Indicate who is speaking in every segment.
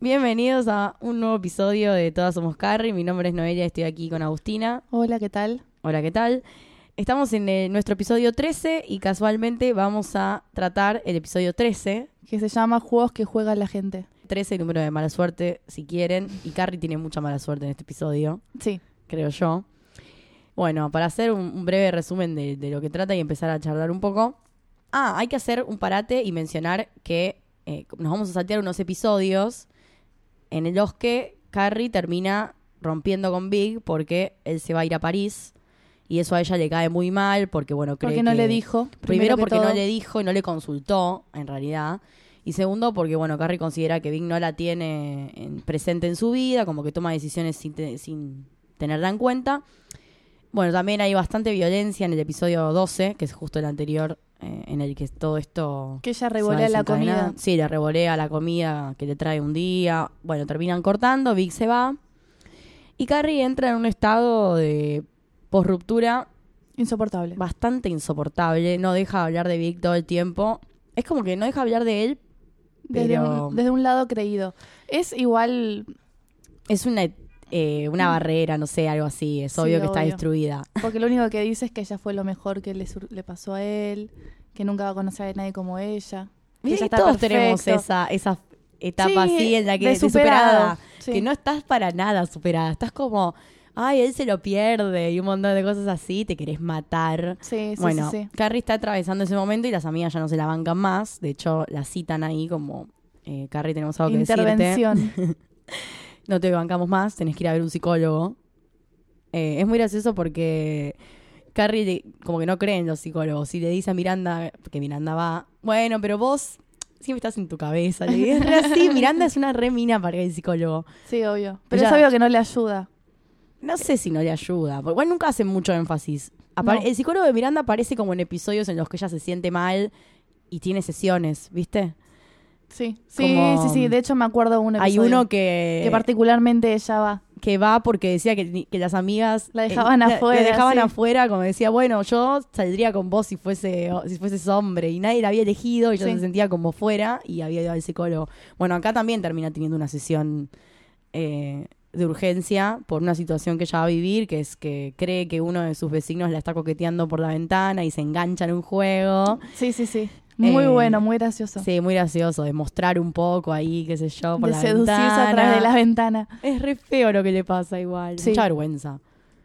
Speaker 1: Bienvenidos a un nuevo episodio de Todas Somos Carrie. Mi nombre es Noelia, estoy aquí con Agustina.
Speaker 2: Hola, ¿qué tal?
Speaker 1: Hola, ¿qué tal? Estamos en eh, nuestro episodio 13 y casualmente vamos a tratar el episodio 13.
Speaker 2: Que se llama Juegos que juega la gente.
Speaker 1: 13, el número de mala suerte, si quieren. Y Carrie tiene mucha mala suerte en este episodio,
Speaker 2: Sí.
Speaker 1: creo yo. Bueno, para hacer un, un breve resumen de, de lo que trata y empezar a charlar un poco. Ah, hay que hacer un parate y mencionar que eh, nos vamos a saltear unos episodios en los que Carrie termina rompiendo con Big porque él se va a ir a París y eso a ella le cae muy mal porque, bueno, cree
Speaker 2: Porque no
Speaker 1: que-
Speaker 2: le dijo.
Speaker 1: Primero,
Speaker 2: que
Speaker 1: porque
Speaker 2: todo.
Speaker 1: no le dijo y no le consultó, en realidad. Y segundo, porque, bueno, Carrie considera que Big no la tiene en- presente en su vida, como que toma decisiones sin, te- sin tenerla en cuenta. Bueno, también hay bastante violencia en el episodio 12, que es justo el anterior, eh, en el que todo esto...
Speaker 2: Que ella
Speaker 1: se va
Speaker 2: revolea la
Speaker 1: desencadenando.
Speaker 2: comida.
Speaker 1: Sí, le revolea la comida que le trae un día. Bueno, terminan cortando, Big se va. Y Carrie entra en un estado de post-ruptura
Speaker 2: Insoportable.
Speaker 1: bastante insoportable. No deja hablar de Vic todo el tiempo. Es como que no deja hablar de él.
Speaker 2: Desde,
Speaker 1: pero-
Speaker 2: un, desde un lado creído. Es igual,
Speaker 1: Es una, eh, una barrera, no sé, algo así. Es
Speaker 2: Mm. Sí,
Speaker 1: obvio que está
Speaker 2: obvio.
Speaker 1: destruida.
Speaker 2: porque lo único que dice es que ella fue lo mejor que le, sur- le pasó a él, que nunca va a conocer a nadie como ella. que
Speaker 1: Viste
Speaker 2: ella
Speaker 1: que
Speaker 2: está
Speaker 1: todos
Speaker 2: perfecto.
Speaker 1: tenemos esa, esa etapa
Speaker 2: Sí,
Speaker 1: así en la que
Speaker 2: de
Speaker 1: de
Speaker 2: superado,
Speaker 1: superada.
Speaker 2: sí.
Speaker 1: Que no estás para nada superada. Estás como, ay, él se lo pierde y un montón de cosas así. Te querés matar.
Speaker 2: Sí, sí,
Speaker 1: bueno,
Speaker 2: sí, sí.
Speaker 1: Carrie está atravesando ese momento y las amigas ya no se la bancan más. De hecho, la citan ahí como, eh, Carrie, tenemos algo que decirte.
Speaker 2: Intervención.
Speaker 1: no te bancamos más, tenés que ir a ver un psicólogo. Eh, es muy gracioso porque Carrie le- como que no cree en los psicólogos y le dice a Miranda, que Miranda va, bueno, pero vos siempre estás en tu cabeza. Le dice, "Es re así, Miranda es una re mina para ir al psicólogo.
Speaker 2: Sí, obvio. Pero
Speaker 1: Ella-
Speaker 2: es obvio que no le ayuda.
Speaker 1: No sé si no le ayuda, porque igual nunca hace mucho énfasis. Apar-
Speaker 2: No.
Speaker 1: El psicólogo de Miranda aparece como en episodios en los que ella se siente mal y tiene sesiones, ¿viste?
Speaker 2: Sí, sí,
Speaker 1: Como-
Speaker 2: sí, sí. De hecho, me acuerdo un
Speaker 1: Hay
Speaker 2: episodio
Speaker 1: uno que...
Speaker 2: que particularmente ella va.
Speaker 1: que va porque decía que, ni- que las amigas eh,
Speaker 2: La dejaban afuera,
Speaker 1: la dejaban
Speaker 2: sí.
Speaker 1: afuera como decía bueno yo saldría con vos si fuese si fueses hombre y nadie la había elegido y yo
Speaker 2: Sí.
Speaker 1: se sentía como fuera y había ido al psicólogo bueno acá también termina teniendo una sesión eh, de urgencia por una situación que ella va a vivir que es que cree que uno de sus vecinos la está coqueteando por la ventana y se engancha en un juego
Speaker 2: Sí, sí, sí. Muy
Speaker 1: Eh,
Speaker 2: bueno, muy gracioso.
Speaker 1: sí muy gracioso de mostrar un poco ahí qué sé yo por
Speaker 2: de
Speaker 1: la
Speaker 2: seducirse a través de la ventana.
Speaker 1: es re feo lo que le pasa igual
Speaker 2: Sí.
Speaker 1: mucha vergüenza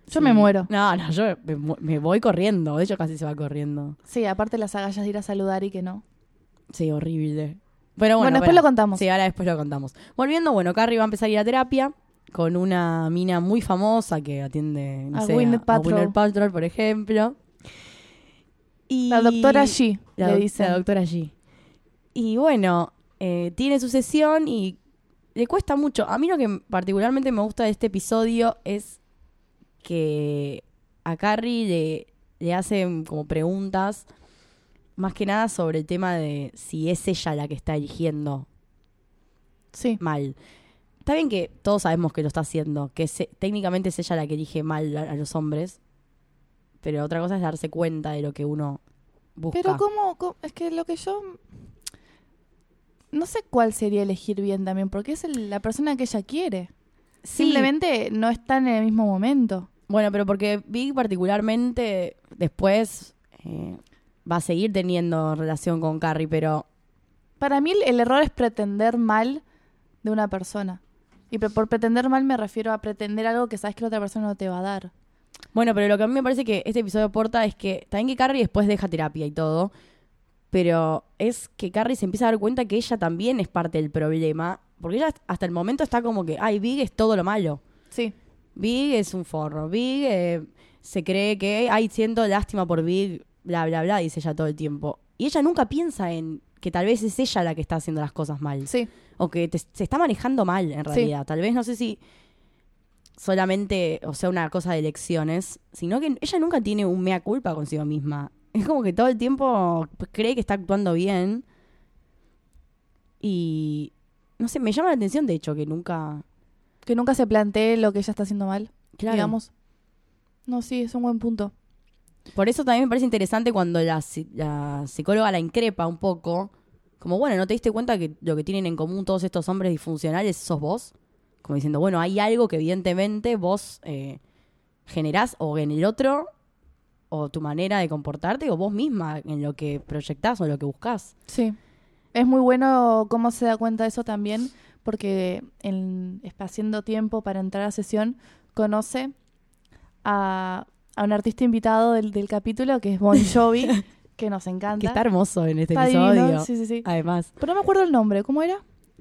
Speaker 2: Yo me muero.
Speaker 1: No, no, yo me, mu- me voy corriendo. De hecho, casi se va corriendo.
Speaker 2: Sí, aparte las agallas de ir a saludar y que no.
Speaker 1: Sí, horrible. Pero bueno,
Speaker 2: Bueno, después
Speaker 1: pará.
Speaker 2: lo contamos.
Speaker 1: Sí, ahora después lo contamos. Volviendo, bueno, Carrie va a empezar a ir a terapia con una mina muy famosa que atiende no
Speaker 2: A
Speaker 1: sé,
Speaker 2: Gwyneth Paltrow.
Speaker 1: Paltrow, por ejemplo. Y
Speaker 2: La doctora G,
Speaker 1: la
Speaker 2: le
Speaker 1: doc-
Speaker 2: dicen.
Speaker 1: la doctora G. Y bueno, eh, tiene su sesión y le cuesta mucho. A mí lo que particularmente me gusta de este episodio es que a Carrie le, le hacen como preguntas, más que nada sobre el tema de si es ella la que está eligiendo
Speaker 2: Sí,
Speaker 1: mal. Está bien que todos sabemos que lo está haciendo, que se- técnicamente es ella la que elige mal a, a los hombres, pero otra cosa es darse cuenta de lo que uno busca.
Speaker 2: pero ¿cómo, cómo- Es que lo que yo... No sé cuál sería elegir bien también, porque es el- la persona que ella quiere.
Speaker 1: Sí.
Speaker 2: Simplemente no están en el mismo momento.
Speaker 1: Bueno, pero porque Big particularmente después eh, va a seguir teniendo relación con Carrie, pero
Speaker 2: Para mí el, el error es pretender mal de una persona. Y pre- por pretender mal me refiero a pretender algo que sabes que la otra persona no te va a dar.
Speaker 1: Bueno, pero lo que a mí me parece que este episodio aporta es que también que Carrie después deja terapia y todo, pero es que Carrie se empieza a dar cuenta que ella también es parte del problema, porque ella hasta el momento está como que, ay, Big es todo lo malo,
Speaker 2: Sí,
Speaker 1: Big es un forro, Big eh, se cree que, ay, siento lástima por Big, bla, bla, bla, dice ella todo el tiempo. Y ella nunca piensa en que tal vez es ella la que está haciendo las cosas mal
Speaker 2: sí.
Speaker 1: o que te- se está manejando mal en realidad. Tal vez no sé si solamente, o sea, una cosa de elecciones, sino que ella nunca tiene un mea culpa consigo misma. Es como que todo el tiempo pues, cree que está actuando bien. Y no sé, me llama la atención de hecho que nunca
Speaker 2: Que nunca se plantee lo que ella está haciendo mal,
Speaker 1: claro.
Speaker 2: digamos. No, sí, es un buen punto.
Speaker 1: Por eso también me parece interesante cuando la, psi- la psicóloga la increpa un poco Como, bueno, ¿no te diste cuenta que lo que tienen en común todos estos hombres disfuncionales sos vos? Como diciendo, bueno, hay algo que evidentemente vos eh, generás o en el otro, o tu manera de comportarte, o vos misma en lo que proyectás o lo que buscás.
Speaker 2: Sí. Es muy bueno cómo se da cuenta de eso también, porque en, está haciendo tiempo para entrar a sesión, conoce a, a un artista invitado del, del capítulo, que es Bon Jovi, que nos encanta.
Speaker 1: Que está hermoso en este
Speaker 2: Está divino,
Speaker 1: episodio.
Speaker 2: sí, sí, sí.
Speaker 1: Además.
Speaker 2: Pero no me acuerdo el nombre, ¿cómo era?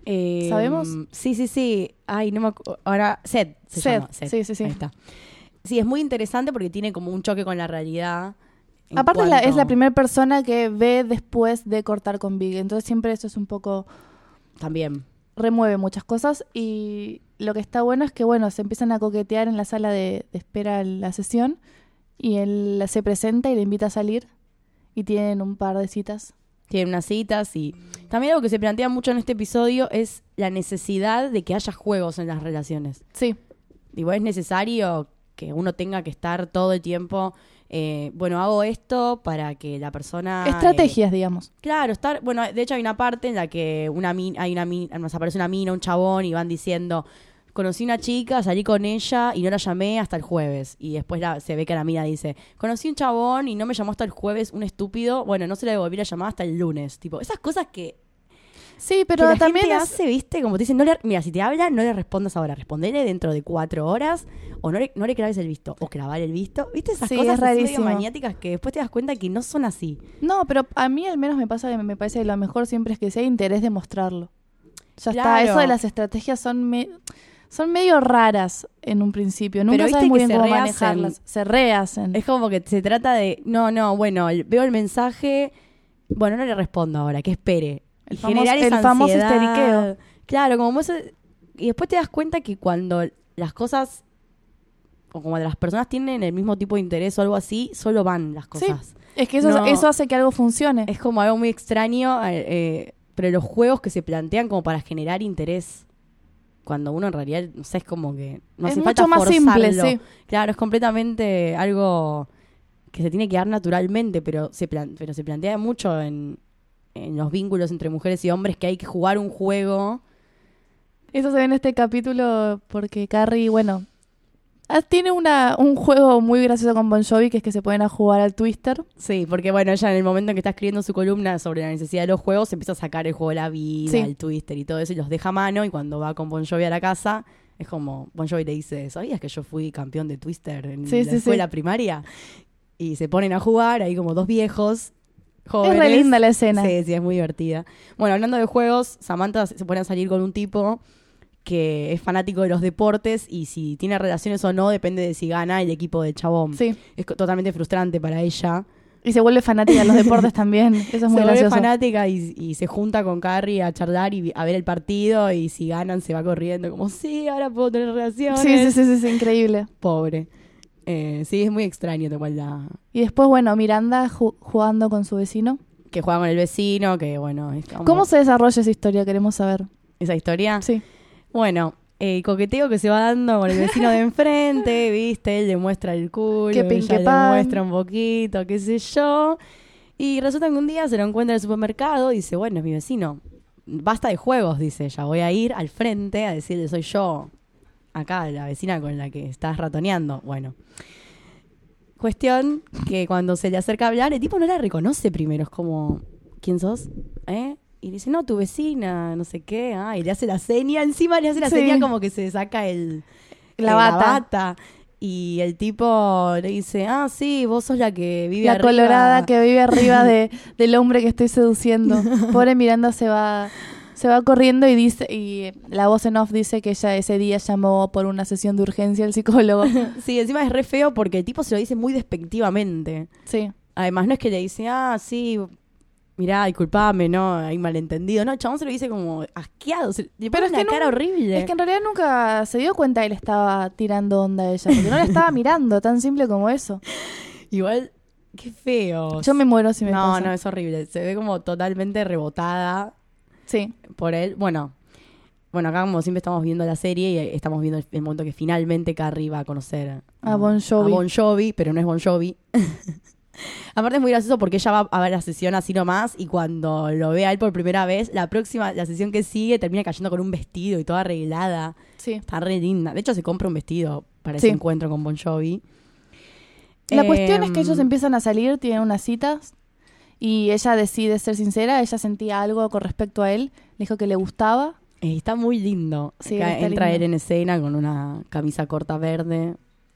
Speaker 1: Eh,
Speaker 2: ¿Sabemos?
Speaker 1: Sí, sí, sí. Ay, no me acu- Ahora, Sed. Se
Speaker 2: Sed,
Speaker 1: llama, Sed.
Speaker 2: sí, sí, sí.
Speaker 1: Ahí está. Sí, es muy interesante porque tiene como un choque con la realidad. en
Speaker 2: Aparte es la, es la
Speaker 1: cuanto-
Speaker 2: primera persona que ve después de cortar con Big, entonces siempre eso es un poco
Speaker 1: También.
Speaker 2: remueve muchas cosas y lo que está bueno es que bueno se empiezan a coquetear en la sala de, de espera la sesión y él se presenta y le invita a salir y tienen un par de citas.
Speaker 1: Tiene unas citas y... También algo que se plantea mucho en este episodio es la necesidad de que haya juegos en las relaciones.
Speaker 2: Sí,
Speaker 1: Digo, es necesario que uno tenga que estar todo el tiempo... eh, bueno, hago esto para que la persona... eh,
Speaker 2: estrategias, digamos.
Speaker 1: Claro, estar. Bueno, de hecho hay una parte en la que una min- hay una mina, nos aparece una mina, un chabón y van diciendo. Conocí una chica, salí con ella y no la llamé hasta el jueves. Y después la- se ve que la mina dice, conocí un chabón y no me llamó hasta el jueves, un estúpido. Bueno, no se la devolví la llamada hasta el lunes. Tipo, esas cosas que,
Speaker 2: Sí,
Speaker 1: que
Speaker 2: pero
Speaker 1: la
Speaker 2: también
Speaker 1: gente
Speaker 2: es-
Speaker 1: hace, ¿viste? Como te dicen, no le, mira, si te habla, no le respondas ahora. Respondele dentro de cuatro horas o no le, no le claves el visto. O clavar el visto. ¿Viste esas
Speaker 2: Sí,
Speaker 1: cosas
Speaker 2: es
Speaker 1: así medio
Speaker 2: rarísimo.
Speaker 1: maniáticas que después te das cuenta que no son así?
Speaker 2: no, pero a mí al menos me pasa me parece que lo mejor siempre es que sea interés de mostrarlo. Ya está,
Speaker 1: Claro.
Speaker 2: eso de las estrategias son me- son medio raras en un principio, nunca
Speaker 1: Pero viste
Speaker 2: sabes muy
Speaker 1: que
Speaker 2: bien
Speaker 1: se
Speaker 2: cómo
Speaker 1: rehacen.
Speaker 2: manejarlas, se rehacen.
Speaker 1: Es como que se trata de, no, no, bueno, el- veo el mensaje, bueno, no le respondo ahora, que espere.
Speaker 2: El
Speaker 1: Y
Speaker 2: famoso-
Speaker 1: generar esa
Speaker 2: el famoso
Speaker 1: ansiedad.
Speaker 2: histeriqueo.
Speaker 1: Claro, como eso. Y después te das cuenta que cuando las cosas, o como las personas tienen el mismo tipo de interés o algo así, solo van las
Speaker 2: Sí.
Speaker 1: cosas.
Speaker 2: Es que eso,
Speaker 1: No.
Speaker 2: eso hace que algo funcione.
Speaker 1: Es como algo muy extraño, eh, eh, pero los juegos que se plantean como para generar interés. Cuando uno en realidad, no sé, es como que no
Speaker 2: Es
Speaker 1: hace falta
Speaker 2: mucho más simple,
Speaker 1: forzarlo.
Speaker 2: sí.
Speaker 1: Claro, es completamente algo que se tiene que dar naturalmente, pero se, plan- pero se plantea mucho en, en los vínculos entre mujeres y hombres que hay que jugar un juego.
Speaker 2: Eso se ve en este capítulo porque Carrie, bueno, ah, tiene una, un juego muy gracioso con Bon Jovi que es que se pueden a jugar al Twister.
Speaker 1: Sí, porque bueno, ella en el momento en que está escribiendo su columna sobre la necesidad de los juegos, empieza a sacar el juego de la vida,
Speaker 2: Sí.
Speaker 1: el twister y todo eso, y los deja a mano, y cuando va con Bon Jovi a la casa, es como, Bon Jovi le dice, ¿sabías que yo fui campeón de twister en
Speaker 2: Sí,
Speaker 1: la
Speaker 2: sí,
Speaker 1: escuela
Speaker 2: sí.
Speaker 1: primaria? Y se ponen a jugar, ahí como dos viejos, jóvenes.
Speaker 2: Es re linda la escena.
Speaker 1: Sí, sí, es muy divertida. Bueno, hablando de juegos, Samantha se pone a salir con un tipo que es fanático de los deportes y si tiene relaciones o no depende de si gana el equipo del chabón.
Speaker 2: Sí.
Speaker 1: Es co- totalmente frustrante para ella.
Speaker 2: Y se vuelve fanática de los deportes también. Eso es muy
Speaker 1: se vuelve
Speaker 2: gracioso.
Speaker 1: fanática y, y se junta con Carrie a charlar y a ver el partido y si ganan se va corriendo como, sí, ahora puedo tener relaciones.
Speaker 2: Sí, sí, sí, sí, sí, increíble.
Speaker 1: Pobre. Eh, sí, es muy extraño tal cual la-
Speaker 2: Y después, bueno, Miranda ju- jugando con su vecino.
Speaker 1: que juega con el vecino, que bueno, es como- Ah.
Speaker 2: ¿Cómo se desarrolla esa historia? Queremos saber.
Speaker 1: esa historia.
Speaker 2: Sí.
Speaker 1: Bueno, el coqueteo que se va dando con el vecino de enfrente, viste, él le muestra el culo,
Speaker 2: Que
Speaker 1: ella
Speaker 2: pinque
Speaker 1: le
Speaker 2: pan.
Speaker 1: muestra un poquito, qué sé yo. Y resulta que un día se lo encuentra en el supermercado y dice, bueno, es mi vecino. Basta de juegos, dice ella. Voy a ir al frente a decirle, soy yo, acá, la vecina con la que estás ratoneando. Bueno. Cuestión que cuando se le acerca a hablar, el tipo no la reconoce primero. Es como, ¿quién sos? ¿Eh? Y le dice, no, tu vecina, no sé qué. Ah, y le hace la seña. Encima le hace la
Speaker 2: Sí.
Speaker 1: seña como que se saca el,
Speaker 2: La
Speaker 1: el-
Speaker 2: bata.
Speaker 1: Y el tipo le dice, ah, sí, vos sos la que vive
Speaker 2: La
Speaker 1: arriba.
Speaker 2: colorada que vive arriba de, del hombre que estoy seduciendo. Pobre Miranda se va, se va corriendo y dice, y la voz en off dice que ella ese día llamó por una sesión de urgencia al psicólogo.
Speaker 1: Sí, encima es re feo porque el tipo se lo dice muy despectivamente.
Speaker 2: Sí.
Speaker 1: Además, no es que le dice, ah, sí, mirá, disculpame, no, hay malentendido. No, el chabón se lo dice como asqueado. se- le
Speaker 2: Pero
Speaker 1: pone
Speaker 2: es
Speaker 1: una
Speaker 2: que no-
Speaker 1: cara horrible.
Speaker 2: Es que en realidad nunca se dio cuenta que le estaba tirando onda a ella, porque no la estaba mirando, tan simple como eso.
Speaker 1: Igual, qué feo.
Speaker 2: Yo me muero si me
Speaker 1: no,
Speaker 2: pasa.
Speaker 1: no, es horrible. Se ve como totalmente rebotada
Speaker 2: Sí.
Speaker 1: por él. Bueno, bueno, acá como siempre estamos viendo la serie y eh, estamos viendo el, el momento que finalmente Carrie va a conocer
Speaker 2: A Bon Jovi.
Speaker 1: a Bon Jovi, pero no es Bon Jovi. Aparte es muy gracioso porque ella va a ver la sesión así nomás y cuando lo ve a él por primera vez, la próxima, la sesión que sigue, termina cayendo con un vestido y toda arreglada.
Speaker 2: Sí.
Speaker 1: Está re linda. De hecho, se compra un vestido para ese
Speaker 2: Sí.
Speaker 1: encuentro con Bon Jovi.
Speaker 2: La
Speaker 1: Eh,
Speaker 2: cuestión es que ellos empiezan a salir, tienen unas citas y ella decide ser sincera, ella sentía algo con respecto a él, le dijo que le gustaba.
Speaker 1: eh, está muy lindo.
Speaker 2: Sí,
Speaker 1: Acá
Speaker 2: está
Speaker 1: entra
Speaker 2: lindo.
Speaker 1: él en escena con una camisa corta verde.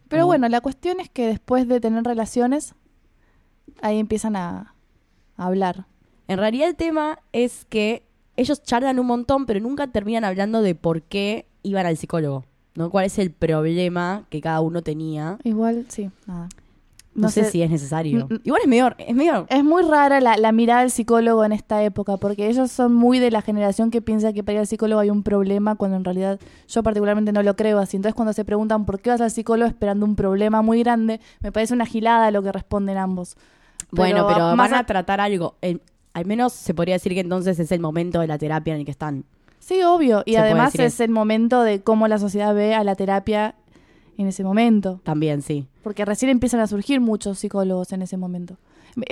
Speaker 2: Pero
Speaker 1: Ah.
Speaker 2: bueno, la cuestión es que después de tener relaciones, ahí empiezan a, a hablar.
Speaker 1: En realidad el tema es que ellos charlan un montón, pero nunca terminan hablando de por qué iban al psicólogo, ¿no? ¿Cuál es el problema que cada uno tenía?
Speaker 2: Igual, sí, nada.
Speaker 1: No, sé, si es necesario.
Speaker 2: Mm, mm.
Speaker 1: Igual es medio, es medio
Speaker 2: Es muy rara la, la mirada del psicólogo en esta época, porque ellos son muy de la generación que piensa que para ir al psicólogo hay un problema, cuando en realidad yo particularmente no lo creo así. Entonces cuando se preguntan por qué vas al psicólogo esperando un problema muy grande, me parece una gilada lo que responden ambos.
Speaker 1: bueno, pero
Speaker 2: más
Speaker 1: van a tratar algo. El- al menos se podría decir que entonces es el momento de la terapia en el que están.
Speaker 2: Sí, obvio. Y
Speaker 1: Se puede
Speaker 2: además
Speaker 1: decir
Speaker 2: es
Speaker 1: eso.
Speaker 2: el momento de cómo la sociedad ve a la terapia en ese momento.
Speaker 1: También, sí.
Speaker 2: Porque recién empiezan a surgir muchos psicólogos en ese momento.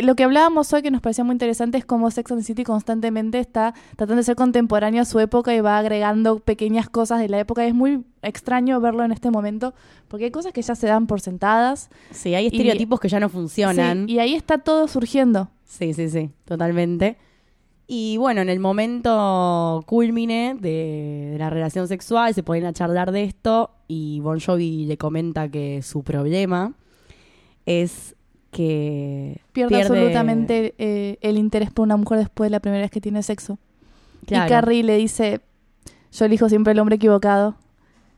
Speaker 2: Lo que hablábamos hoy que nos parecía muy interesante es cómo Sex and the City constantemente está tratando de ser contemporáneo a su época y va agregando pequeñas cosas de la época. Es muy extraño verlo en este momento porque hay cosas que ya se dan por sentadas.
Speaker 1: Sí, hay estereotipos que ya no funcionan.
Speaker 2: Sí, y ahí está todo surgiendo.
Speaker 1: Sí, sí, sí, totalmente. Y bueno, en el momento culmine de, de la relación sexual se ponen a charlar de esto y Bon Jovi le comenta que su problema es que
Speaker 2: Pierde, absolutamente eh, el interés por una mujer después de la primera vez que tiene sexo.
Speaker 1: Claro.
Speaker 2: Y Carrie le dice, yo elijo siempre el hombre equivocado.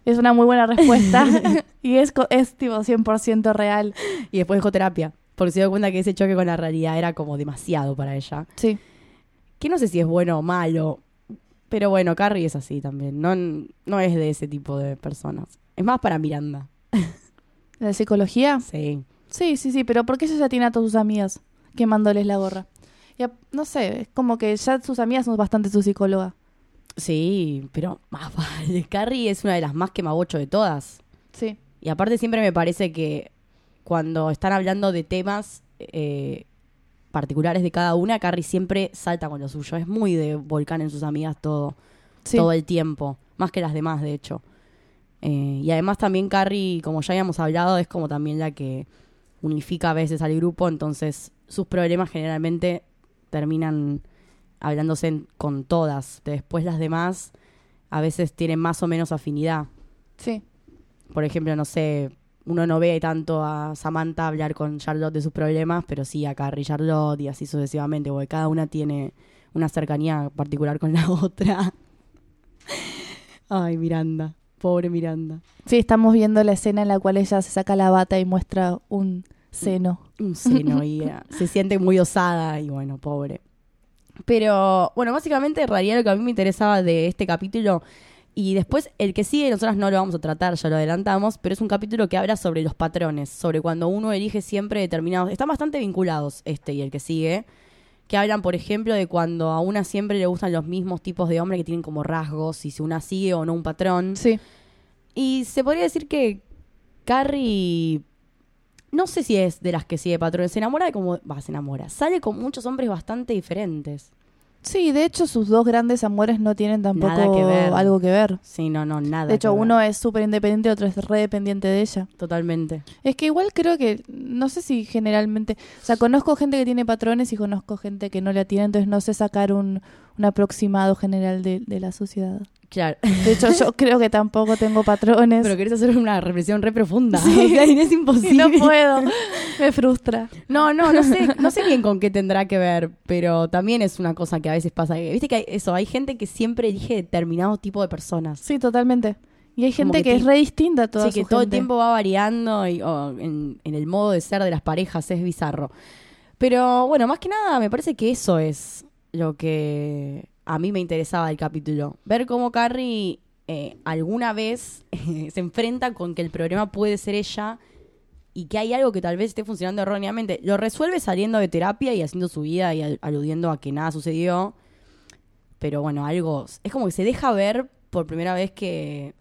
Speaker 2: Es una muy buena respuesta y es, co- es tipo 100% real.
Speaker 1: Y después dejó terapia, porque se dio cuenta que ese choque con la realidad era como demasiado para ella.
Speaker 2: Sí.
Speaker 1: Que no sé si es bueno o malo, pero bueno, Carrie es así también, no, no es de ese tipo de personas. Es más para Miranda,
Speaker 2: ¿La psicología?
Speaker 1: sí.
Speaker 2: Sí, sí, sí, pero porque ella ya tiene a todas sus amigas quemándoles la gorra. Y a- no sé, es como que ya sus amigas son bastante su psicóloga.
Speaker 1: Sí, pero más vale. Carrie es una de las más quemabocho de todas.
Speaker 2: Sí.
Speaker 1: Y aparte siempre me parece que cuando están hablando de temas eh, particulares de cada una, Carrie siempre salta con lo suyo. Es muy de volcán en sus amigas todo,
Speaker 2: Sí.
Speaker 1: todo el tiempo. Más que las demás, de hecho. Eh, y además también Carrie, como ya habíamos hablado, es como también la que unifica a veces al grupo. Entonces sus problemas generalmente terminan hablándose en- con todas. Después las demás a veces tienen más o menos afinidad
Speaker 2: sí.
Speaker 1: por ejemplo, no sé, uno no ve tanto a Samantha hablar con Charlotte de sus problemas, pero sí a Carrie y Charlotte y así sucesivamente, porque cada una tiene una cercanía particular con la otra. Ay, Miranda, pobre Miranda.
Speaker 2: Sí, estamos viendo la escena en la cual ella se saca la bata y muestra un seno.
Speaker 1: Un seno y eh, se siente muy osada y bueno, pobre. Pero bueno, básicamente en realidad lo que a mí me interesaba de este capítulo y después el que sigue, nosotras no lo vamos a tratar, ya lo adelantamos, pero es un capítulo que habla sobre los patrones, sobre cuando uno elige siempre determinados, están bastante vinculados este y el que sigue, que hablan por ejemplo de cuando a una siempre le gustan los mismos tipos de hombres que tienen como rasgos, y si una sigue o no un patrón.
Speaker 2: Sí.
Speaker 1: Y se podría decir que Carrie, no sé si es de las que sigue patrones, se enamora de como, va, se enamora, sale con muchos hombres bastante diferentes.
Speaker 2: Sí, de hecho sus dos grandes amores no tienen tampoco
Speaker 1: Nada que ver.
Speaker 2: algo que ver.
Speaker 1: Sí, no, no, nada.
Speaker 2: De hecho,
Speaker 1: que ver.
Speaker 2: uno es súper independiente y otro es re dependiente de ella.
Speaker 1: Totalmente.
Speaker 2: Es que igual creo que, no sé si generalmente, o sea, conozco gente que tiene patrones y conozco gente que no la tiene, entonces no sé sacar un, un aproximado general de, de la sociedad.
Speaker 1: Claro.
Speaker 2: De hecho, yo creo que tampoco tengo patrones.
Speaker 1: Pero querés hacer una reflexión re profunda.
Speaker 2: Sí.
Speaker 1: O sea, es
Speaker 2: y
Speaker 1: imposible.
Speaker 2: no puedo, me frustra.
Speaker 1: No, no, no sé, no sé bien con qué tendrá que ver, pero también es una cosa que a veces pasa. que- Viste que hay eso, hay gente que siempre elige determinado tipo de personas.
Speaker 2: Sí, totalmente. Y hay gente
Speaker 1: que
Speaker 2: que,
Speaker 1: ti-
Speaker 2: es re distinta a toda
Speaker 1: sí, que
Speaker 2: su
Speaker 1: todo el
Speaker 2: gente.
Speaker 1: tiempo va variando y, o, en, en el modo de ser de las parejas, es bizarro. Pero bueno, más que nada me parece que eso es lo que a mí me interesaba del capítulo. Ver cómo Carrie eh, alguna vez se enfrenta con que el problema puede ser ella y que hay algo que tal vez esté funcionando erróneamente. Lo resuelve saliendo de terapia y haciendo su vida y al- aludiendo a que nada sucedió. Pero bueno, algo... Es como que se deja ver por primera vez que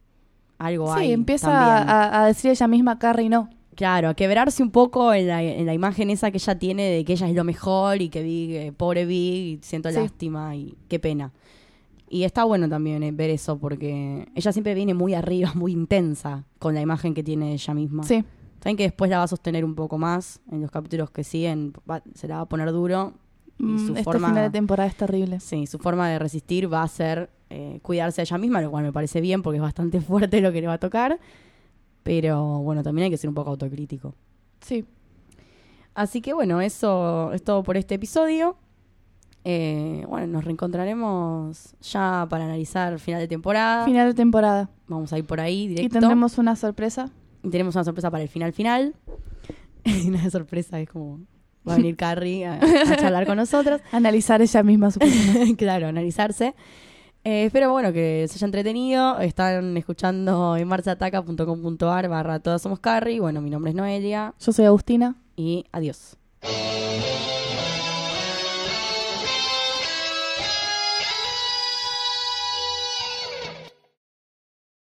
Speaker 1: algo
Speaker 2: Sí,
Speaker 1: hay.
Speaker 2: empieza
Speaker 1: también.
Speaker 2: a, a decir ella misma, Carrie, no.
Speaker 1: Claro, a quebrarse un poco en la, en la imagen esa que ella tiene de que ella es lo mejor y que Big, eh, pobre Big, y siento
Speaker 2: Sí.
Speaker 1: lástima y qué pena. Y está bueno también eh, ver eso porque ella siempre viene muy arriba, muy intensa con la imagen que tiene de ella misma.
Speaker 2: Sí,
Speaker 1: Saben que después la va a sostener un poco más en los capítulos que siguen, va- se la va a poner duro.
Speaker 2: Mm,
Speaker 1: su
Speaker 2: este
Speaker 1: forma-
Speaker 2: final de temporada es terrible.
Speaker 1: Sí, su forma de resistir va a ser eh, cuidarse a ella misma, lo cual me parece bien porque es bastante fuerte lo que le va a tocar. Pero bueno, también hay que ser un poco autocrítico.
Speaker 2: Sí,
Speaker 1: Así que bueno, eso es todo por este episodio. Eh, bueno, nos reencontraremos ya para analizar final de temporada.
Speaker 2: final de temporada.
Speaker 1: Vamos a ir por ahí Ah. directo.
Speaker 2: Y tendremos una sorpresa.
Speaker 1: Y tenemos una sorpresa para el final final. una sorpresa es como va a venir Carrie a, a charlar con nosotros.
Speaker 2: Analizar ella misma su persona.
Speaker 1: claro, analizarse. Eh, espero, bueno, que se haya entretenido. Están escuchando en marchaataca.com.ar barra todas somos Carrie. Bueno, mi nombre es Noelia
Speaker 2: Yo soy Agustina.
Speaker 1: y adiós.